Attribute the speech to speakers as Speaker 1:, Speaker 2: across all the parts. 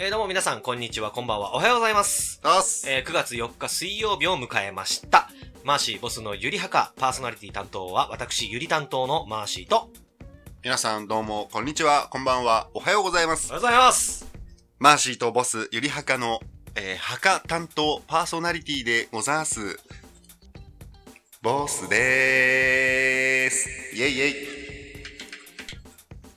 Speaker 1: えーどうも皆さん、こんにちは、こんばんは、おはようございます。
Speaker 2: あっす。
Speaker 1: えー9月4日水曜日を迎えました。マーシーボスのゆりはか、パーソナリティ担当は、私、ゆり担当のマーシーと、おはよ
Speaker 2: 皆さんどうも、こんにちは、こんばんは、おはようございます。
Speaker 1: うございます。
Speaker 2: マーシーとボス、ゆりはかの、えー、はか担当パーソナリティでござんす。ボスでーす。イェイイェイ。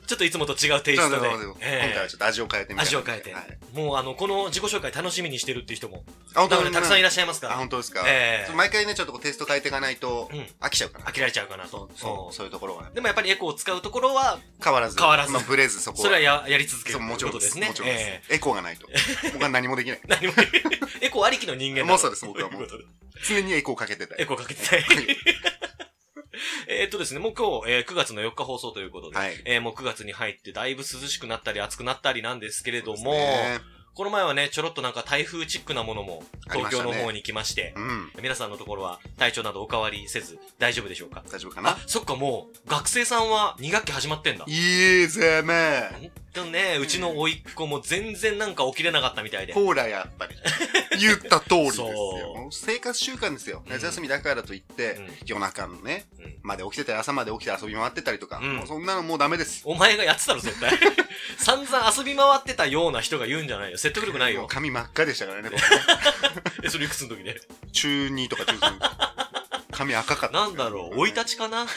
Speaker 1: ちょっといつもと違うテイ
Speaker 2: ちょ
Speaker 1: ス
Speaker 2: っ
Speaker 1: ト
Speaker 2: と待
Speaker 1: で
Speaker 2: って待って、今
Speaker 1: え
Speaker 2: 回はちょっと味を変えてみ
Speaker 1: ー
Speaker 2: た
Speaker 1: 味を変えて、
Speaker 2: はい、
Speaker 1: もうあの、この自己紹介楽しみにしてるっていう人も、
Speaker 2: あ、本
Speaker 1: なの
Speaker 2: 当
Speaker 1: で
Speaker 2: に
Speaker 1: たくさんい
Speaker 2: ら
Speaker 1: らっしゃいますか
Speaker 2: あ、
Speaker 1: ら、
Speaker 2: 本当ですか。
Speaker 1: ええ
Speaker 2: 毎回ね、ちょっとこうテイスト変えていかないと
Speaker 1: うん、
Speaker 2: 飽きちゃうかな。
Speaker 1: 飽きられちゃうかなと
Speaker 2: そ。うそう、
Speaker 1: う
Speaker 2: そういうところはね
Speaker 1: ん。でもやっぱりエコーを使うところは、
Speaker 2: 変わらず。
Speaker 1: 変わらず
Speaker 2: まあ、ブレずそこ
Speaker 1: それはややり続ける
Speaker 2: そうも
Speaker 1: と
Speaker 2: ち
Speaker 1: いう
Speaker 2: ろ
Speaker 1: こ
Speaker 2: ん
Speaker 1: と
Speaker 2: で。
Speaker 1: ですすね。
Speaker 2: もちろんです
Speaker 1: え
Speaker 2: エコー がないと。僕は何もできない
Speaker 1: ー。何も、 エコーありきの人間だと
Speaker 2: もうそうです僕はもう
Speaker 1: ということで
Speaker 2: 常にエコーかけてた
Speaker 1: エ
Speaker 2: よ。
Speaker 1: コーかけてない。えーっとですね、もう今日、えー9月の4日放送ということで、
Speaker 2: はい。
Speaker 1: えーもう9月に入ってだいぶ涼しくなったり暑くなったりなんですけれど
Speaker 2: そう
Speaker 1: も、
Speaker 2: ですね
Speaker 1: この前はね、ちょろっとなんか台風チックなものも
Speaker 2: あり
Speaker 1: 東
Speaker 2: まし
Speaker 1: 京
Speaker 2: たね
Speaker 1: の方に来まして、
Speaker 2: うん。
Speaker 1: 皆さんのところは体調などお変わりせず大丈夫でしょうか
Speaker 2: 大丈夫かな
Speaker 1: あ、そっかもう学生さんは2学期始まってんだ。
Speaker 2: いいぜめ
Speaker 1: ほんとね、うちの甥いっ子も全然なんか起きれなかったみたいで。
Speaker 2: ほらやっぱり。言った通りですよ
Speaker 1: そう。
Speaker 2: もう生活習慣ですよ。
Speaker 1: うん
Speaker 2: 夏休みだからといって、
Speaker 1: うん
Speaker 2: 夜中のね、
Speaker 1: うん
Speaker 2: まで起きてたり朝まで起きて遊び回ってたりとか、
Speaker 1: うん
Speaker 2: もうそんなのもうダメです。
Speaker 1: お前がやってたろ、絶 対。散々遊び回ってたような人が言うんじゃないよ。説得力ない
Speaker 2: もう
Speaker 1: よ。
Speaker 2: 髪真っ赤でしたからね、僕ね
Speaker 1: え、それいくつの時で
Speaker 2: 中2とか中3。髪赤かった。
Speaker 1: なんだろう、生い立ちかな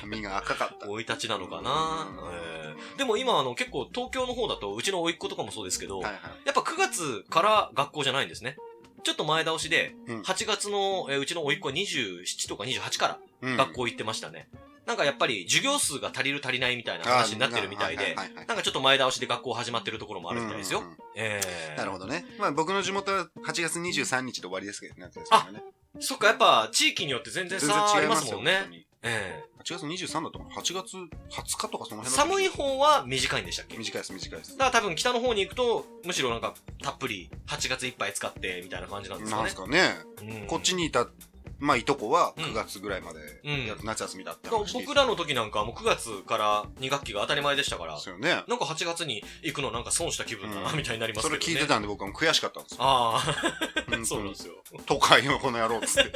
Speaker 2: 髪が赤かった。
Speaker 1: 生い立ちなのかな
Speaker 2: うん
Speaker 1: えーでも今、あの、結構東京の方だと、うちの甥いっ子とかもそうですけど、
Speaker 2: はいはい。
Speaker 1: やっぱ9月から学校じゃないんですね。ちょっと前倒しで、
Speaker 2: うん
Speaker 1: 8月の、えーうちの甥いっ子は27とか28か
Speaker 2: う
Speaker 1: ら
Speaker 2: ん
Speaker 1: 学校行ってましたね。なんかやっぱり授業数が足りる足りないみたいな話になってるみたい
Speaker 2: あー
Speaker 1: で
Speaker 2: は、はいはい
Speaker 1: なんかちょっと前倒しで学校始まってるところもあるみたいですよ
Speaker 2: うん。うんうん
Speaker 1: えー
Speaker 2: なるほどね。まあ僕の地元は8月23日で終わりですけどね、夏休みはね。
Speaker 1: そっか、やっぱ地域によって全然差ありますもんね。ええ
Speaker 2: 8月23だと思う。8月20日とかその辺だと思う
Speaker 1: 寒い方は短いんでしたっけだか
Speaker 2: 短いです、短いです。
Speaker 1: ら多分北の方に行くと、むしろなんかたっぷり8月いっぱい使ってみたいな感じなんです
Speaker 2: な
Speaker 1: か
Speaker 2: んで
Speaker 1: ね
Speaker 2: す。かね。
Speaker 1: うん
Speaker 2: こっちにいた、まあ、いとこは
Speaker 1: うん
Speaker 2: 9月ぐらいまで、
Speaker 1: うん
Speaker 2: やっと夏休みだって
Speaker 1: だから
Speaker 2: 話
Speaker 1: 僕らの時なんかはもう9月から2学期が当たり前でしたから
Speaker 2: で、すよね。
Speaker 1: なんか8月に行くのなんか損した気分だな、
Speaker 2: うん
Speaker 1: みたいになります
Speaker 2: そ
Speaker 1: け
Speaker 2: れ
Speaker 1: どね。
Speaker 2: 聞いてたんで僕は悔しかったんですよ。
Speaker 1: ああ、
Speaker 2: 本
Speaker 1: そう
Speaker 2: 当
Speaker 1: なん
Speaker 2: に
Speaker 1: で。すよ。
Speaker 2: 都会をこの野郎っ つって。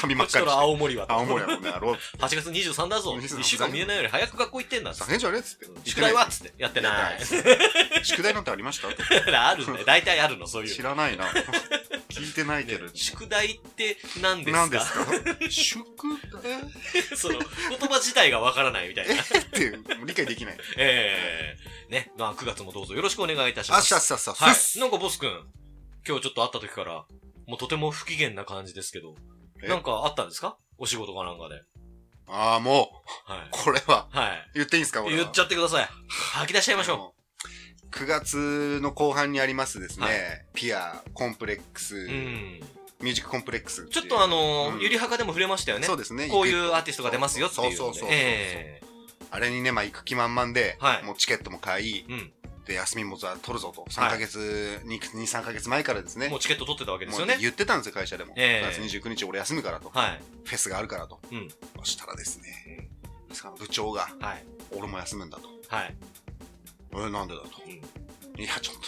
Speaker 2: 髪
Speaker 1: こ
Speaker 2: 真っ
Speaker 1: っちか
Speaker 2: 赤に
Speaker 1: ら
Speaker 2: して。
Speaker 1: 青森はと。
Speaker 2: 青森はこの野郎っつっ
Speaker 1: 8月23だぞ。
Speaker 2: 23
Speaker 1: 1週間見えないより早く学校行ってんだ
Speaker 2: て。。叫んじゃねえっつって。
Speaker 1: 宿題はっつって。やって
Speaker 2: やって
Speaker 1: な
Speaker 2: ないい。宿題なんてありましたって
Speaker 1: あるんだよ。大体あるの、そういうの。
Speaker 2: 知らないな。 聞いてないけど。
Speaker 1: 宿題って何ですか
Speaker 2: 何ですか宿 題
Speaker 1: その言葉自体がわからないみたいな。
Speaker 2: えって理解できない。
Speaker 1: ええね。まあ9月もどうぞよろしくお願いいたし
Speaker 2: あ
Speaker 1: ま
Speaker 2: っ
Speaker 1: す。
Speaker 2: しゃっしゃっしゃっしゃ
Speaker 1: は
Speaker 2: っす
Speaker 1: い。なんかボス君、今日ちょっと会った時から、もうとても不機嫌な感じですけど、
Speaker 2: え
Speaker 1: なんかあったんですかお仕事かなんかで。
Speaker 2: ああ、もう、
Speaker 1: はい。
Speaker 2: これは、
Speaker 1: はい。
Speaker 2: 言っていいんですか俺
Speaker 1: 言
Speaker 2: は
Speaker 1: っちゃってください。吐き出しちゃいましょ
Speaker 2: う。9月の後半にありますですね、
Speaker 1: はい
Speaker 2: ピア、コンプレックス、
Speaker 1: う。うん。
Speaker 2: ミュージックコンプレックスていう。
Speaker 1: ちょっとあのー
Speaker 2: うん
Speaker 1: ゆりはかでも触れましたよね。
Speaker 2: そうですね。
Speaker 1: こういう
Speaker 2: 行
Speaker 1: アーティストが出ますよっていうので。
Speaker 2: そうそうそうそう
Speaker 1: え
Speaker 2: くあれにね、まあ行く気満々で、
Speaker 1: はい
Speaker 2: もうチケットも買い、
Speaker 1: え
Speaker 2: で、休みもざ取るぞと、3ヶ月、に2、3ヶ月前からです
Speaker 1: う
Speaker 2: ね。
Speaker 1: ん。もうチケット取ってたわけですよ
Speaker 2: も
Speaker 1: ね
Speaker 2: う。言ってたんですよ、会社でも。
Speaker 1: ええ
Speaker 2: 9月29日俺休むからと、
Speaker 1: はい。
Speaker 2: フェスがあるからと。
Speaker 1: うん
Speaker 2: そしたらですね、その部長が、
Speaker 1: はい。
Speaker 2: 俺も休むんだと。
Speaker 1: はい。
Speaker 2: えー、なんでだと。
Speaker 1: うん
Speaker 2: いや、ちょっと。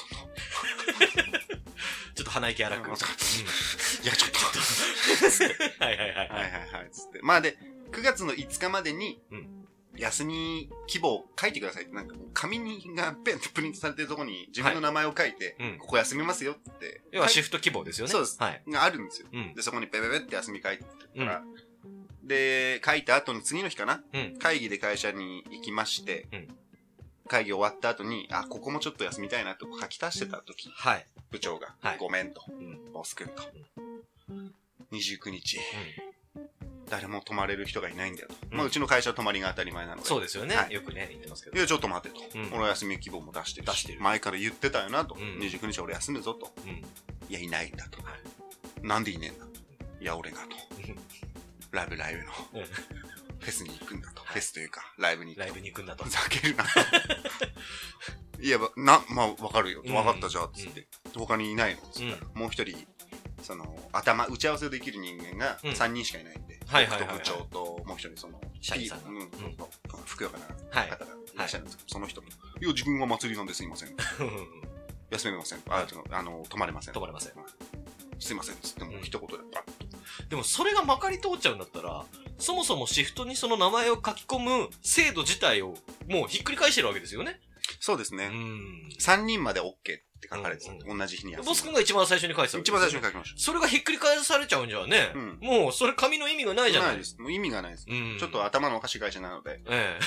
Speaker 1: ちょっと鼻息荒く。
Speaker 2: う
Speaker 1: うん ん
Speaker 2: いや、ちょっと。
Speaker 1: はいはい はい。
Speaker 2: はいはいはい、つって。まあで、9月の5日までに
Speaker 1: うん、
Speaker 2: 休み規模を書いてくださいって、なんかこう紙にがペンとプリントされてるところに自分の名前を書いて、
Speaker 1: はいうん
Speaker 2: ここ休みますよって、
Speaker 1: 要はシ
Speaker 2: フ
Speaker 1: フト規模ですよね。
Speaker 2: そうです
Speaker 1: はい。
Speaker 2: があるんですよ。
Speaker 1: うん。
Speaker 2: で、そこにペペペって休み書いてたら、で、書いた後に次の日かな、
Speaker 1: うん
Speaker 2: 会議で会社に行きまして、
Speaker 1: うん
Speaker 2: 会議終わった後に、あ、ここもちょっと休みたいなと書き足してた時、
Speaker 1: はい。
Speaker 2: 部長が、
Speaker 1: はい
Speaker 2: ごめんと、
Speaker 1: ん
Speaker 2: ボス君と。29日、誰も泊まれる人がいないんだよと。
Speaker 1: うん
Speaker 2: まあ、うちの会社は泊まりが当たり前なので。
Speaker 1: そうですよね。
Speaker 2: はい
Speaker 1: よくね、言ってますけ
Speaker 2: い
Speaker 1: ど。
Speaker 2: や、ちょっと待てと。
Speaker 1: うん
Speaker 2: 俺は休み希望も出してるし
Speaker 1: 出してる
Speaker 2: 前から言ってたよなと。
Speaker 1: うん
Speaker 2: 29日俺休むぞと。
Speaker 1: うん。
Speaker 2: いや、いないんだと。
Speaker 1: は
Speaker 2: なんでいねえんだいや、俺がと
Speaker 1: うん。
Speaker 2: ライブライブの
Speaker 1: うん。
Speaker 2: フェスに行くんだと。
Speaker 1: はい
Speaker 2: フェスというか、ライブに行
Speaker 1: ラ
Speaker 2: く
Speaker 1: イ
Speaker 2: と
Speaker 1: ブ。に行くんだと
Speaker 2: ふ。ざける なと。いや、な、まあ、わかるよ。
Speaker 1: うん
Speaker 2: わかったじゃあ、つって。他にいないのつって
Speaker 1: うん。
Speaker 2: もう一人、その、頭、打ち合わせできる人間が
Speaker 1: うん
Speaker 2: 3人しかいないんで、
Speaker 1: はいはいはいはい
Speaker 2: 僕と部長と、もう一人その、
Speaker 1: 社員さんが
Speaker 2: うんうんそうふくよかな
Speaker 1: はい
Speaker 2: 方がいらっしゃるんですけど、その人も、いや、自分は祭りなんですいません。休めません。あ、ちょっとあの、泊まれません。
Speaker 1: 泊まれません
Speaker 2: はい。すいません。つって、もう一言で、バッ
Speaker 1: でもそれがまかり通っちゃうんだったら、そもそもシフトにその名前を書き込む制度自体をもうひっくり返してるわけですよね。
Speaker 2: そうですね。
Speaker 1: うん。
Speaker 2: 3人まで OK って書かれてた、
Speaker 1: うん
Speaker 2: 同じ日にや
Speaker 1: ボス君
Speaker 2: が
Speaker 1: が一番最初に書いてたわけです
Speaker 2: 一番
Speaker 1: よ
Speaker 2: 最初に書きまし
Speaker 1: それがひっくり返されちゃうんじゃね。
Speaker 2: うん
Speaker 1: もうそれ紙の意味がないじ
Speaker 2: た。
Speaker 1: ゃな
Speaker 2: ないいです。もう意味がないです。
Speaker 1: うん
Speaker 2: ちょっと頭のおかしい会社なので。
Speaker 1: え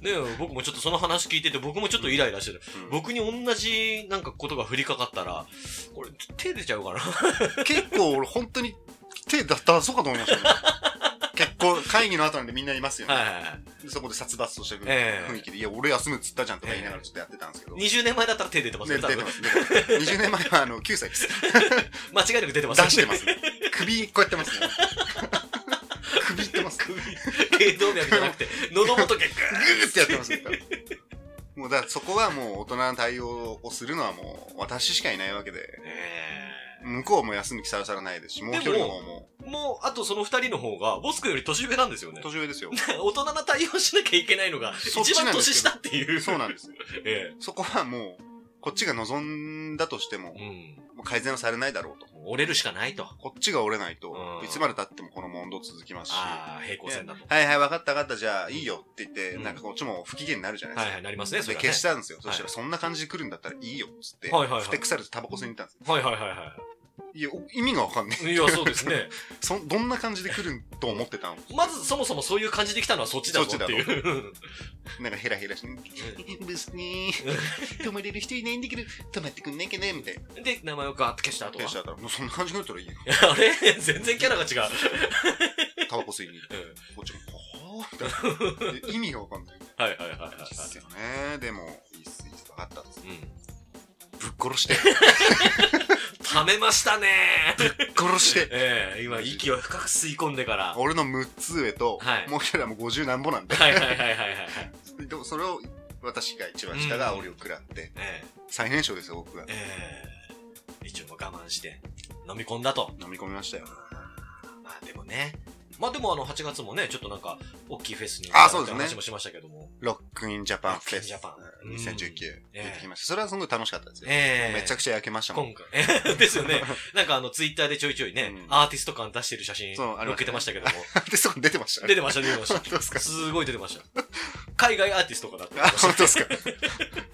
Speaker 1: え。ね え僕もちょっとその話聞いてて、僕もちょっとイライラしてる。
Speaker 2: うん
Speaker 1: 僕に同じなんかことが降りかかったら、これ手出ちゃうかな。
Speaker 2: 結構俺本当に手出出そうかと思いま した、ね、結構会議の後なんでみんないますよね。
Speaker 1: はいはいはい。
Speaker 2: でそこで殺伐としてくる
Speaker 1: ええ
Speaker 2: 雰囲気で、いや、俺休むっつったじゃんとか言いながらちょっとやってたんですけど。ね
Speaker 1: 20年前だったら手出てます
Speaker 2: 出
Speaker 1: ね。
Speaker 2: て
Speaker 1: 多分
Speaker 2: ます、出てます。20年前はあの9歳です。
Speaker 1: 間違いなく出て
Speaker 2: 出
Speaker 1: ますね。
Speaker 2: し てますね。首こうやってますね。首いってます。
Speaker 1: 首、頸動脈じゃなく て、喉元結
Speaker 2: グーってやってますね。もうだからそこはもう大人の対応をするのはもう私しかいないわけで、向こうも休む気さらさらないですし、もう一人の方も
Speaker 1: もう、あとその二人の方が、ボス君より年上なんですよね。
Speaker 2: 年 上ですよ。
Speaker 1: 大人な対応しなきゃいけないのが、
Speaker 2: そっ
Speaker 1: 一
Speaker 2: ちな
Speaker 1: 番
Speaker 2: んです
Speaker 1: 年下
Speaker 2: よ
Speaker 1: っていう。
Speaker 2: そうなん
Speaker 1: で
Speaker 2: です。
Speaker 1: す。 え
Speaker 2: そこはもう、こっちが望んだとしても
Speaker 1: え。う、ん。
Speaker 2: もう改善はされないだろうと。
Speaker 1: 折れるしかないと。
Speaker 2: こっちが折れないと
Speaker 1: う、ん
Speaker 2: いつまで経ってもこの問答続きますし、
Speaker 1: ああ、平行線だと。
Speaker 2: はいはい、分かった分かった、じゃあいいよって言って、
Speaker 1: うん
Speaker 2: なんかこっちも不機嫌になるじゃないで
Speaker 1: は
Speaker 2: すか。
Speaker 1: いはい、なりますね、そ
Speaker 2: で、
Speaker 1: れはね
Speaker 2: 消したんですよ。
Speaker 1: はい
Speaker 2: そしたら、そんな感じで来るんだったらいいよ、つって。
Speaker 1: はいはいはい
Speaker 2: ふてくされてタバコ吸いに行ったんですよ。
Speaker 1: はいはいはいはい
Speaker 2: や、お意味がわかんない。
Speaker 1: い。いや、そうですね。
Speaker 2: そんどんな感じで来ると思ってたの
Speaker 1: まずそもそもそういう感じで来たのはそっちだろうって いう。
Speaker 2: なんかヘラヘラして、 別に、泊まれる人いないんだけど、泊まってくんないけねみたいな。
Speaker 1: で、名前をガーッと消した後は
Speaker 2: 消し。ちゃったら、もうそんな感じになったらいいよ。
Speaker 1: あれ全然キャラが違う。
Speaker 2: タバコ吸いに行って。
Speaker 1: うん
Speaker 2: こっちも、はぁみたいな。意味がわかんない。
Speaker 1: はいはいはいはいはい。
Speaker 2: ですよね。でも、いいっす、いいっす。わかったっす。
Speaker 1: うん。
Speaker 2: ぶっ殺して、
Speaker 1: ためました ね
Speaker 2: 殺して。
Speaker 1: ええ今息を深く吸い込んでから。
Speaker 2: 俺の6つ上と、
Speaker 1: はい
Speaker 2: もう一人はもう50何歩なんで。
Speaker 1: はいはいはいはいはいはい。
Speaker 2: でもそれを、私が一番下が俺を食らって、
Speaker 1: え
Speaker 2: 最年少ですよ、僕が
Speaker 1: え。ええ一応我慢して飲み込んだと。
Speaker 2: 飲み込みましたよ。
Speaker 1: まあでもね。まあでもあの8月もね、ちょっとなんか大きいフェスに
Speaker 2: あそうですね
Speaker 1: 話もしましたけども。
Speaker 2: ロックインジャパンフェス
Speaker 1: ロックインジャパン
Speaker 2: 2019
Speaker 1: ええ
Speaker 2: 出てきました。それはすごい楽しかったですよ。
Speaker 1: ええ
Speaker 2: めちゃくちゃ焼けましたもん。
Speaker 1: 今回。 ええですよね。なんかあのツイッターでちょいちょいね、
Speaker 2: うん
Speaker 1: アーティスト感出してる写真
Speaker 2: そうあり
Speaker 1: 載っ
Speaker 2: ました
Speaker 1: けて
Speaker 2: ね
Speaker 1: ましたけども。
Speaker 2: で、そこ出てました
Speaker 1: 出
Speaker 2: ね。
Speaker 1: てました出てまし
Speaker 2: 本
Speaker 1: た。
Speaker 2: 当ですか
Speaker 1: すごい出てました。海外アーティストとかだって言
Speaker 2: あ
Speaker 1: ってました
Speaker 2: 本当ですか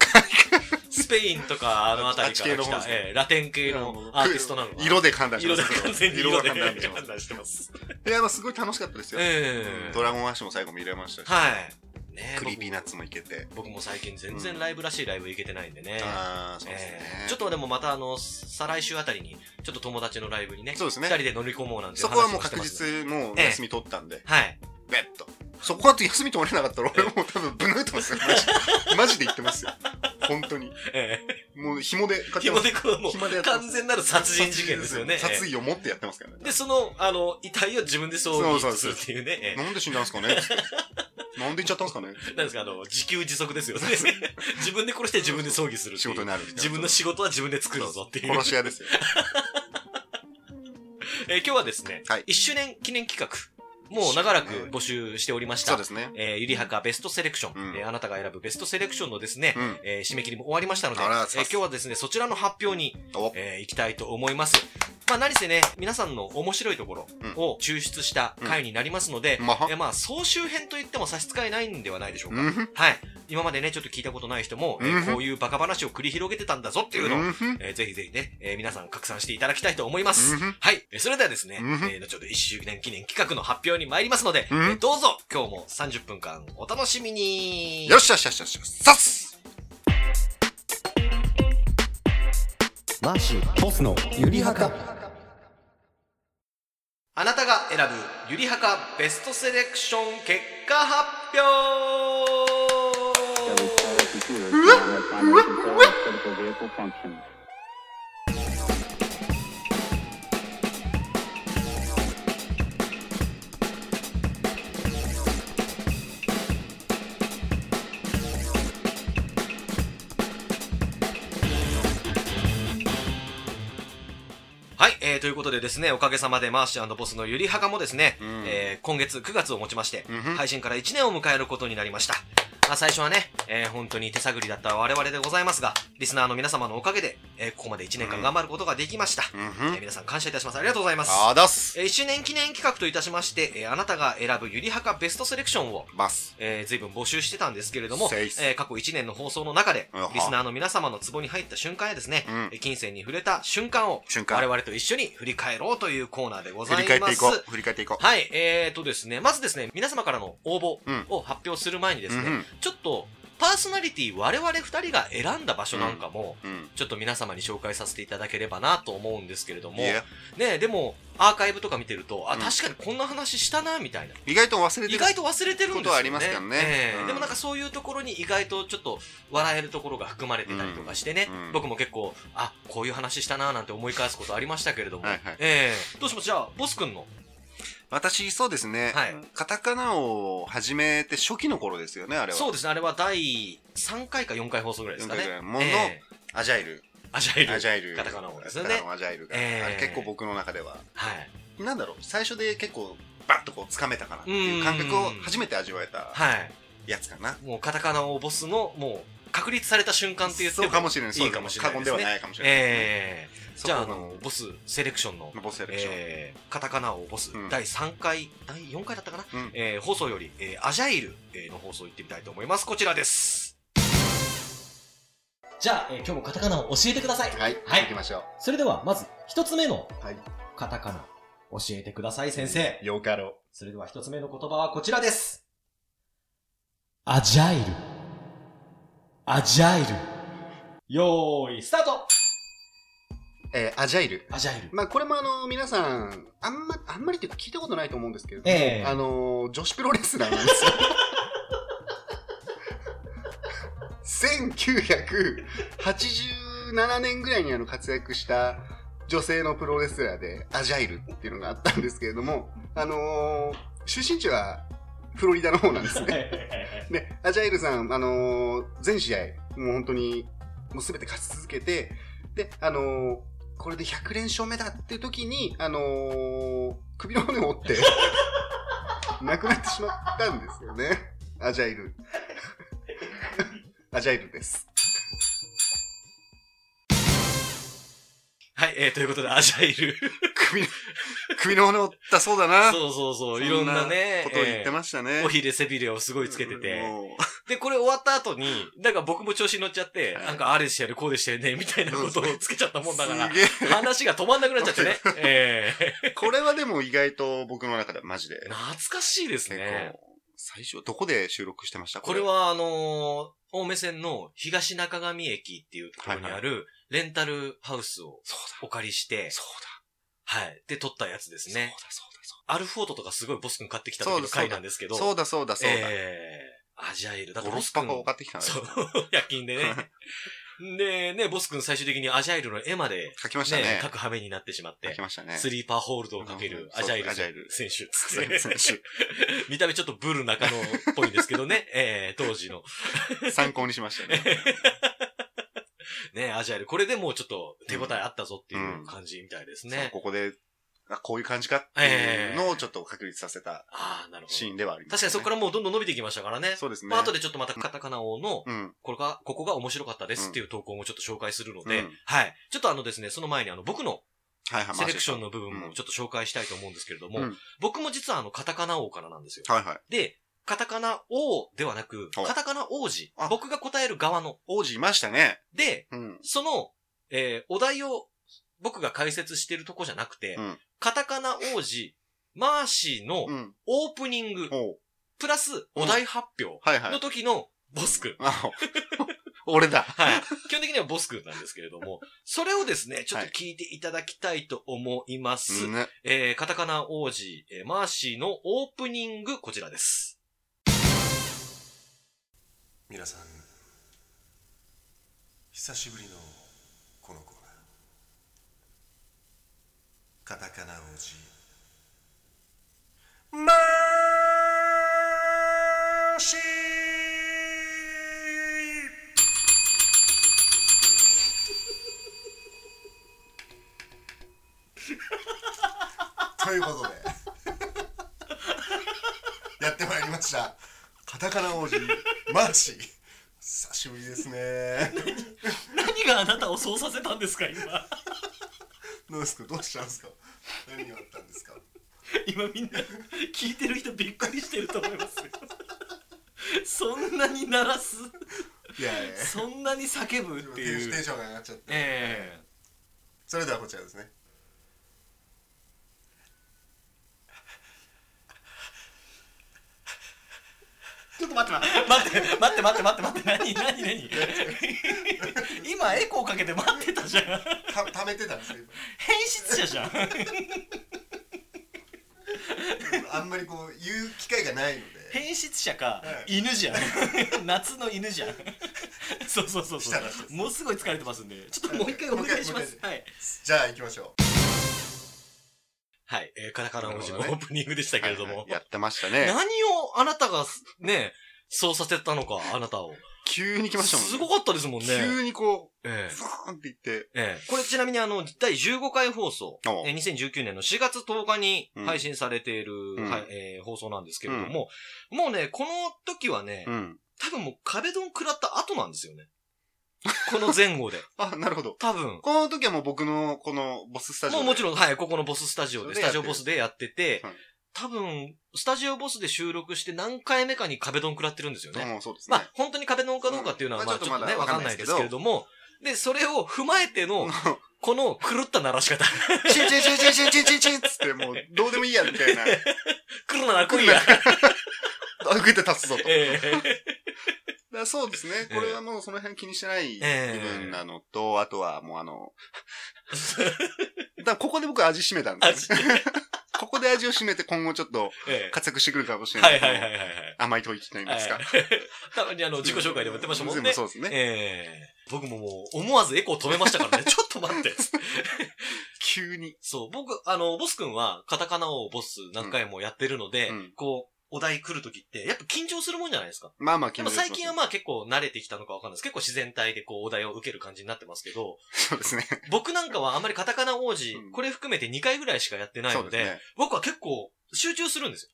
Speaker 1: スペインとかあの辺りから来
Speaker 2: あっち系の方
Speaker 1: た、
Speaker 2: ですね
Speaker 1: ええラテン系のアーティストなのかな
Speaker 2: 色で判断しま
Speaker 1: 色
Speaker 2: す
Speaker 1: で完全に色で
Speaker 2: 色で判断しま
Speaker 1: 判断してます。
Speaker 2: す。いや、まあすごい楽しかったですよ。
Speaker 1: ええ
Speaker 2: ドラゴンアッシュも最後見れましたし、
Speaker 1: はい。ねえ
Speaker 2: クリーピーナッツもいけて。
Speaker 1: 僕僕も最近全然ライブらしいライブ行けてないんでね。
Speaker 2: ああ、そうですね
Speaker 1: え。えちょっとでもまたあの、再来週あたりに、ちょっと友達のライブにね、
Speaker 2: そうです
Speaker 1: 二
Speaker 2: ね
Speaker 1: 人で乗り込もうなんてい
Speaker 2: そこはもう
Speaker 1: 話して
Speaker 2: 確
Speaker 1: ますね。
Speaker 2: 実もう休み取ったんで、
Speaker 1: はい。
Speaker 2: ベッと。そこは休み取れなかったら俺もう多分ぶん殴ってますよ。マジ で。マジで言ってますよ。本当に。
Speaker 1: ええ
Speaker 2: もう紐で買って
Speaker 1: 紐
Speaker 2: ます
Speaker 1: でこう、も
Speaker 2: 紐で
Speaker 1: う
Speaker 2: やってます
Speaker 1: 完全なる殺人事件ですよね。
Speaker 2: 殺
Speaker 1: え
Speaker 2: 意を持ってやってますから
Speaker 1: え
Speaker 2: ね。
Speaker 1: で、その、あの、遺体を自分でそう
Speaker 2: そうそう
Speaker 1: す
Speaker 2: そう
Speaker 1: るっていうね。ええ
Speaker 2: なんで死んだんすかねつってなんで行っちゃったんすかね
Speaker 1: なんですか、あの、自給自足ですよね。 自分で殺して自分で葬儀するって
Speaker 2: 仕
Speaker 1: いう
Speaker 2: 事になるみたいな。
Speaker 1: 自分の仕事は自分で作るぞっていう。
Speaker 2: 殺し屋ですよ。
Speaker 1: えー今日はですね、
Speaker 2: はい
Speaker 1: 1周年記念企画、もう長らく募集しておりました。
Speaker 2: そうですね。
Speaker 1: えーゆりはかベストセレクション、
Speaker 2: うん
Speaker 1: えーあなたが選ぶベストセレクションのですね、
Speaker 2: うん。
Speaker 1: えー締め切りも終わりましたので、え
Speaker 2: あら
Speaker 1: ー今日はですね、そちらの発表に、
Speaker 2: お
Speaker 1: えー行きたいと思います。まあ何せね、皆さんの面白いところを抽出した回になりますので、
Speaker 2: まは
Speaker 1: えーまあ総集編と言っても差し支えないんではないでしょうか。
Speaker 2: うんふん。
Speaker 1: はい。今までね、ちょっと聞いたことない人も、えー
Speaker 2: うん
Speaker 1: こういうバカ話を繰り広げてたんだぞっていうのを、
Speaker 2: うんふん。
Speaker 1: えーぜひぜひね、えー皆さん拡散していただきたいと思います。
Speaker 2: うんふん
Speaker 1: はい。えーそれではですね、
Speaker 2: うん
Speaker 1: えー後ほど1周年記念企画の発表に参りますので、
Speaker 2: うん
Speaker 1: えーどうぞ今日も30分間お楽しみに
Speaker 2: よっしゃよっしゃよっしゃよっしゃ。さっす
Speaker 3: マーシーボスのゆりはか
Speaker 1: あなたが選ぶゆりはかベストセレクション結果発表
Speaker 4: computers to allow primary control of critical vehicle functions.
Speaker 1: はい、ええーということでですね、おかげさまでマーシーボスのゆりはかもですね、
Speaker 2: うん
Speaker 1: えー今月9月をもちまして、
Speaker 2: うんふん
Speaker 1: 配信から1年を迎えることになりました。まあ、最初はね、えー本当に手探りだった我々でございますが、リスナーの皆様のおかげで、えーここまで1年間頑張ることができました。
Speaker 2: うんふ
Speaker 1: えー
Speaker 2: ん。
Speaker 1: 皆さん感謝いたします。ありがとうございます。
Speaker 2: あだす。
Speaker 1: えー、1年記念企画といたしまして、えーあなたが選ぶゆりはかベストセレクションを、
Speaker 2: ます。
Speaker 1: えー、随分募集してたんですけれども、
Speaker 2: せいっす
Speaker 1: えー過去1年の放送の中で
Speaker 2: うは、
Speaker 1: リスナーの皆様のツボに入った瞬間やですね、
Speaker 2: うん
Speaker 1: えー金銭に触れた瞬間を、
Speaker 2: 瞬
Speaker 1: 我
Speaker 2: 間。
Speaker 1: 々と一緒に振り返ろうというコーナーでござ
Speaker 2: 振
Speaker 1: いま
Speaker 2: り
Speaker 1: す。
Speaker 2: 返っていこう。振り返っていこう。
Speaker 1: はい、えーとですね、まずですね、皆様からの応
Speaker 2: うん
Speaker 1: 募を発表する前にですね、
Speaker 2: うん
Speaker 1: ちょっと、パーソナリティ我々二人が選んだ場所なんかも、
Speaker 2: うん。うん。
Speaker 1: ちょっと皆様に紹介させていただければなと思うんですけれども、
Speaker 2: いや
Speaker 1: ね、でも、アーカイブとか見てると、あ、
Speaker 2: うん
Speaker 1: 確かにこんな話したな、みたいな。
Speaker 2: 意外と忘れて
Speaker 1: 意
Speaker 2: る。
Speaker 1: 外と忘れてるんですよね。
Speaker 2: ことはありますからね
Speaker 1: ええ
Speaker 2: うん
Speaker 1: でもなんかそういうところに意外とちょっと笑えるところが含まれてたりとかしてね、
Speaker 2: うんうん
Speaker 1: 僕も結構、あ、こういう話したな、なんて思い返すことありましたけれども、
Speaker 2: はいはい
Speaker 1: ええどうしますじゃあ、ボス君の、
Speaker 2: 私、そうですね。
Speaker 1: はい
Speaker 2: カタカナを始めて初期の頃ですよね、あれは。
Speaker 1: そうですね、あれは第3回か4回放送ぐらいですか
Speaker 2: 四回ぐら
Speaker 1: ね。
Speaker 2: いもの
Speaker 1: ええ
Speaker 2: アジャイル。
Speaker 1: アジャイル。
Speaker 2: アジャイル。
Speaker 1: カタカナの方ですよね
Speaker 2: カタカナのアジャイルが。あ
Speaker 1: ええ
Speaker 2: れ結構僕の中では。
Speaker 1: はい。
Speaker 2: なんだろう、最初で結構、バッとこう、掴めたかなっていう感覚を初めて味わえた
Speaker 1: はい。
Speaker 2: やつかな。
Speaker 1: もうカタカナをボスの、もう、確立された瞬間って言って
Speaker 2: そうかもしれない。そう
Speaker 1: いかもしれない
Speaker 2: 過
Speaker 1: で
Speaker 2: 言です
Speaker 1: ね
Speaker 2: はないかもしれない。
Speaker 1: ええ
Speaker 2: そ
Speaker 1: じ
Speaker 2: こ
Speaker 1: ゃあ、
Speaker 2: が
Speaker 1: あの、ボスセレクションの、
Speaker 2: ボスセレクション。
Speaker 1: えー、カタカナをボス、
Speaker 2: うん
Speaker 1: 第3回、第4回だったかな、
Speaker 2: うん
Speaker 1: えー放送より、えーアジャイルえーの放送行ってみたいと思います。こちらです。じゃあ、えー今日もカタカナを教えてください。
Speaker 2: はい、
Speaker 1: はい
Speaker 2: 行きましょ
Speaker 1: それでは、まず、一つ目の
Speaker 2: う。はい。
Speaker 1: カタカナ、教えてください、先生。
Speaker 2: よかろ
Speaker 1: それでは一つ目の言葉はこちらです。アジャイル。アジャイル。よーい、スタート
Speaker 2: う。えーアジャイル。
Speaker 1: アジャイル。
Speaker 2: まあ、これもあの、皆さん、あんま、あんまりっていうか聞いたことないと思うんですけれども、
Speaker 1: ええ
Speaker 2: あのー、女子プロレスラーなんですよ。1987年ぐらいにあの活躍した女性のプロレスラーで、アジャイルっていうのがあったんですけれども、あのー、出身地はフロリダの方なんですね。で、アジャイルさん、あのー全試合、もう本当に、もうすべて勝ち続けて、で、あのーこれで100連勝目だっていう時に、あのー首の骨を折って、 亡くなってしまったんですよね。アジャ イル。アジャイルです。
Speaker 1: はい、えー、ということで、アジャイル。
Speaker 2: 首の、首の骨折ったそうだな。
Speaker 1: そうそうそう、いろんなね、
Speaker 2: ことを言ってましたね。
Speaker 1: えーおひれ背びれをすごいつけてて。
Speaker 2: も
Speaker 1: で、これ終わった後に、なんか僕も調子に乗っちゃって、
Speaker 2: はい
Speaker 1: なんかあれでしたよね、こうでしたよね、みたいなことをつけちゃった
Speaker 2: う
Speaker 1: もんだから
Speaker 2: す、げえ。
Speaker 1: 話が止まんなくなっちゃって ね。え
Speaker 2: これはでも意外と僕の中ではマジで
Speaker 1: ー、。懐かしいです
Speaker 2: 結
Speaker 1: ね。
Speaker 2: 構、最初、どこで収録してました
Speaker 1: これはあのー、青梅線の東中上駅っていうところにあるレンタルハウスをお借りして、
Speaker 2: そう
Speaker 1: はい。で、撮ったやつです
Speaker 2: だ。
Speaker 1: ね。アルフォートとかすごいボス君買ってきた時の回なんですけど、
Speaker 2: そうだそうだそうだ。
Speaker 1: えー、アジャイル。だ
Speaker 2: ゴロスパカを買ってきたのよ。
Speaker 1: そう、夜勤でね。で、ね、ボス君最終的にアジャイルの絵まで、
Speaker 2: 書きました
Speaker 1: ね、
Speaker 2: ね
Speaker 1: 書。く羽目になってしまっ
Speaker 2: 書
Speaker 1: て
Speaker 2: き、ましたね。
Speaker 1: スリーパーホールドをかけ
Speaker 2: うん
Speaker 1: る
Speaker 2: そう
Speaker 1: アジャイ
Speaker 2: アジャイル
Speaker 1: ル選手っつ
Speaker 2: 選
Speaker 1: って。 見た目ちょっとブル中野っぽいんですけどね、えー、当時の。
Speaker 2: 手 参考にしましたね。
Speaker 1: ね、アジャイル。これでもうちょっと手応えあったぞっていうんう感じみたいです
Speaker 2: そ う
Speaker 1: ね。
Speaker 2: ここで、あこういう感じかっていうのをちょっと確立させた
Speaker 1: ああ、なるほ
Speaker 2: シ
Speaker 1: ど。
Speaker 2: ーンではありま
Speaker 1: 確
Speaker 2: す、
Speaker 1: かにそこからもうどんどん伸びていきましたからね。
Speaker 2: そうですね。
Speaker 1: まあ、後でちょっとまたカタカナ王の、
Speaker 2: うん。
Speaker 1: これが、ここが面白かったですっていう投稿もちょっと紹介するの
Speaker 2: う
Speaker 1: で
Speaker 2: ん、
Speaker 1: はい。ちょっとあのですね、その前にあの、僕の
Speaker 2: はいはい。
Speaker 1: セレクション
Speaker 2: の。
Speaker 1: の部分もちょっと紹介したいと思うんですけれども、
Speaker 2: うん
Speaker 1: 僕も実はあの、カタカナ王からなんですよ。
Speaker 2: はいはい。
Speaker 1: で、カタカナ王ではなく、
Speaker 2: はい
Speaker 1: カタカナ王子
Speaker 2: あ。
Speaker 1: 僕が答える側の。
Speaker 2: 王子いましたね。
Speaker 1: で、
Speaker 2: うん。
Speaker 1: その、えーお題を僕が解説してるとこじゃなくて、
Speaker 2: うん
Speaker 1: カタカナ王子、マーシーの
Speaker 2: うん。
Speaker 1: オープニング、
Speaker 2: おう
Speaker 1: プラスお題発表
Speaker 2: はいは
Speaker 1: の
Speaker 2: い。
Speaker 1: 時のボス君。
Speaker 2: あ 俺だ。
Speaker 1: はい。基本的にはボス君なんですけれども、 それをですね、ちょっと聞いていただきたいと思います。
Speaker 2: ね。
Speaker 1: えーカタカナ王子、えーマーシーのオープニング、こちらです。
Speaker 5: 皆さん久しぶりのこのコーナーカタカナ王子マーシーということでやってまいりましたカタカナ王子 マーシー久しぶりですね
Speaker 6: 何があなたをそうさせたんですか今
Speaker 5: どうですかどうしたんですか何があったんですか
Speaker 6: 今みんな聞いてる人びっくりしてると思いますよ そんなに鳴らす
Speaker 5: いやいや
Speaker 6: そんなに叫ぶって
Speaker 5: テンシ
Speaker 6: い
Speaker 5: ョンテン
Speaker 6: う
Speaker 5: ションが上がっちゃって
Speaker 6: え
Speaker 5: それではこちらですね
Speaker 6: ちょっと待って待って待って待って待って待って何何何今エコーかけて待ってたじゃん
Speaker 5: た溜めてたんですよ
Speaker 6: 変質者じゃん
Speaker 5: 今 あんまりこう言う機会がないので
Speaker 6: 変質者か
Speaker 5: は
Speaker 6: 犬じゃん 夏の犬じゃんそうそうそうそ
Speaker 5: したらしいです
Speaker 6: うもうすごい疲れてますんでちょっともう一回お願いしま
Speaker 5: もう
Speaker 6: す
Speaker 5: 一
Speaker 6: はい
Speaker 5: じゃあ行きましょう
Speaker 1: はい。えー、カタカナ王子のオ
Speaker 2: なるほどね
Speaker 1: ープニングでしたけれども。
Speaker 2: やってましたね。
Speaker 1: 何をあなたがす、ね、そうさせたのか、あなたを。
Speaker 2: 急に来ましたもんね。
Speaker 1: すごかったですもんね。
Speaker 2: 急にこ
Speaker 1: え
Speaker 2: う、
Speaker 1: え
Speaker 2: ズーンっていって、
Speaker 1: ええこれちなみにあの、第15回放送、
Speaker 2: おう
Speaker 1: えー2019年の4月10日に配信されている、
Speaker 2: ん
Speaker 1: はいえー放送なんですけれども、もうね、この時はね、
Speaker 2: うん。
Speaker 1: 多分もう壁ドン食らった後なんですよ ね。この前後で。
Speaker 2: あ、なるほど。
Speaker 1: 多分。
Speaker 2: この時はもう僕の、この、ボススタジオ
Speaker 1: も
Speaker 2: で。
Speaker 1: うもちろん、はい、ここのボススタジオで、
Speaker 2: そ
Speaker 1: ス
Speaker 2: れ
Speaker 1: タ
Speaker 2: でやって
Speaker 1: ジ
Speaker 2: る
Speaker 1: オボスでやってて
Speaker 2: はい、
Speaker 1: 多分、スタジオボスで収録して何回目かに壁ドン食らってるんですよね。
Speaker 2: うん、そうです
Speaker 1: ま
Speaker 2: ね。
Speaker 1: あ、本当に壁ドンかどうかっていうのは、
Speaker 2: うん
Speaker 1: ま
Speaker 2: ま
Speaker 1: あ、ち
Speaker 2: あち
Speaker 1: ょ
Speaker 2: ょ
Speaker 1: っ
Speaker 2: っ
Speaker 1: と
Speaker 2: と
Speaker 1: ね、わ
Speaker 2: まだ
Speaker 1: かんないですけれども、で、それを踏まえての、この狂った鳴らし 方。
Speaker 2: チンチンチンチンチンチンチンチンっつって、もう、どうでもいいや、みたいな。
Speaker 1: 来るなら来るや。
Speaker 2: あ、受けて立つぞと。だか
Speaker 1: ええ
Speaker 2: らそうですね。これはもうその辺気にしてない
Speaker 1: ええ
Speaker 2: 部分なのと、あとはもうあの、だからここで僕味しめたんですね。ここで味をしめて今後ちょっと
Speaker 1: え
Speaker 2: 活躍してくるかもし
Speaker 1: え
Speaker 2: れ
Speaker 1: は
Speaker 2: ないいけど。
Speaker 1: はいはいはいはい。
Speaker 2: 甘いとこ行きたいんですか。
Speaker 1: はい たまにあの、自己紹介でもやってましたもんね。
Speaker 2: そうですね。
Speaker 1: ええ僕ももう、思わずエコー止めました からね。ちょっと待って。
Speaker 2: 急に。
Speaker 1: そう、僕、あの、ボス君は、カタカナをボス何回もやってるので、
Speaker 2: うん
Speaker 1: こう、お題来るときって、やっぱ緊張するもんじゃないですか。
Speaker 2: まあまあ
Speaker 1: で
Speaker 2: 緊
Speaker 1: も
Speaker 2: 張します
Speaker 1: 最近はまあ結構慣れてきたのかわかんないです。結構自然体でこう、お題を受ける感じになってますけ ど、
Speaker 2: そうですね。
Speaker 1: 僕なんかはあんまりカタカナ王子、
Speaker 2: うん
Speaker 1: これ含めて2回ぐらいしかやってない
Speaker 2: そう
Speaker 1: の
Speaker 2: で
Speaker 1: で、
Speaker 2: すね。
Speaker 1: 僕は結構集中するんですよ。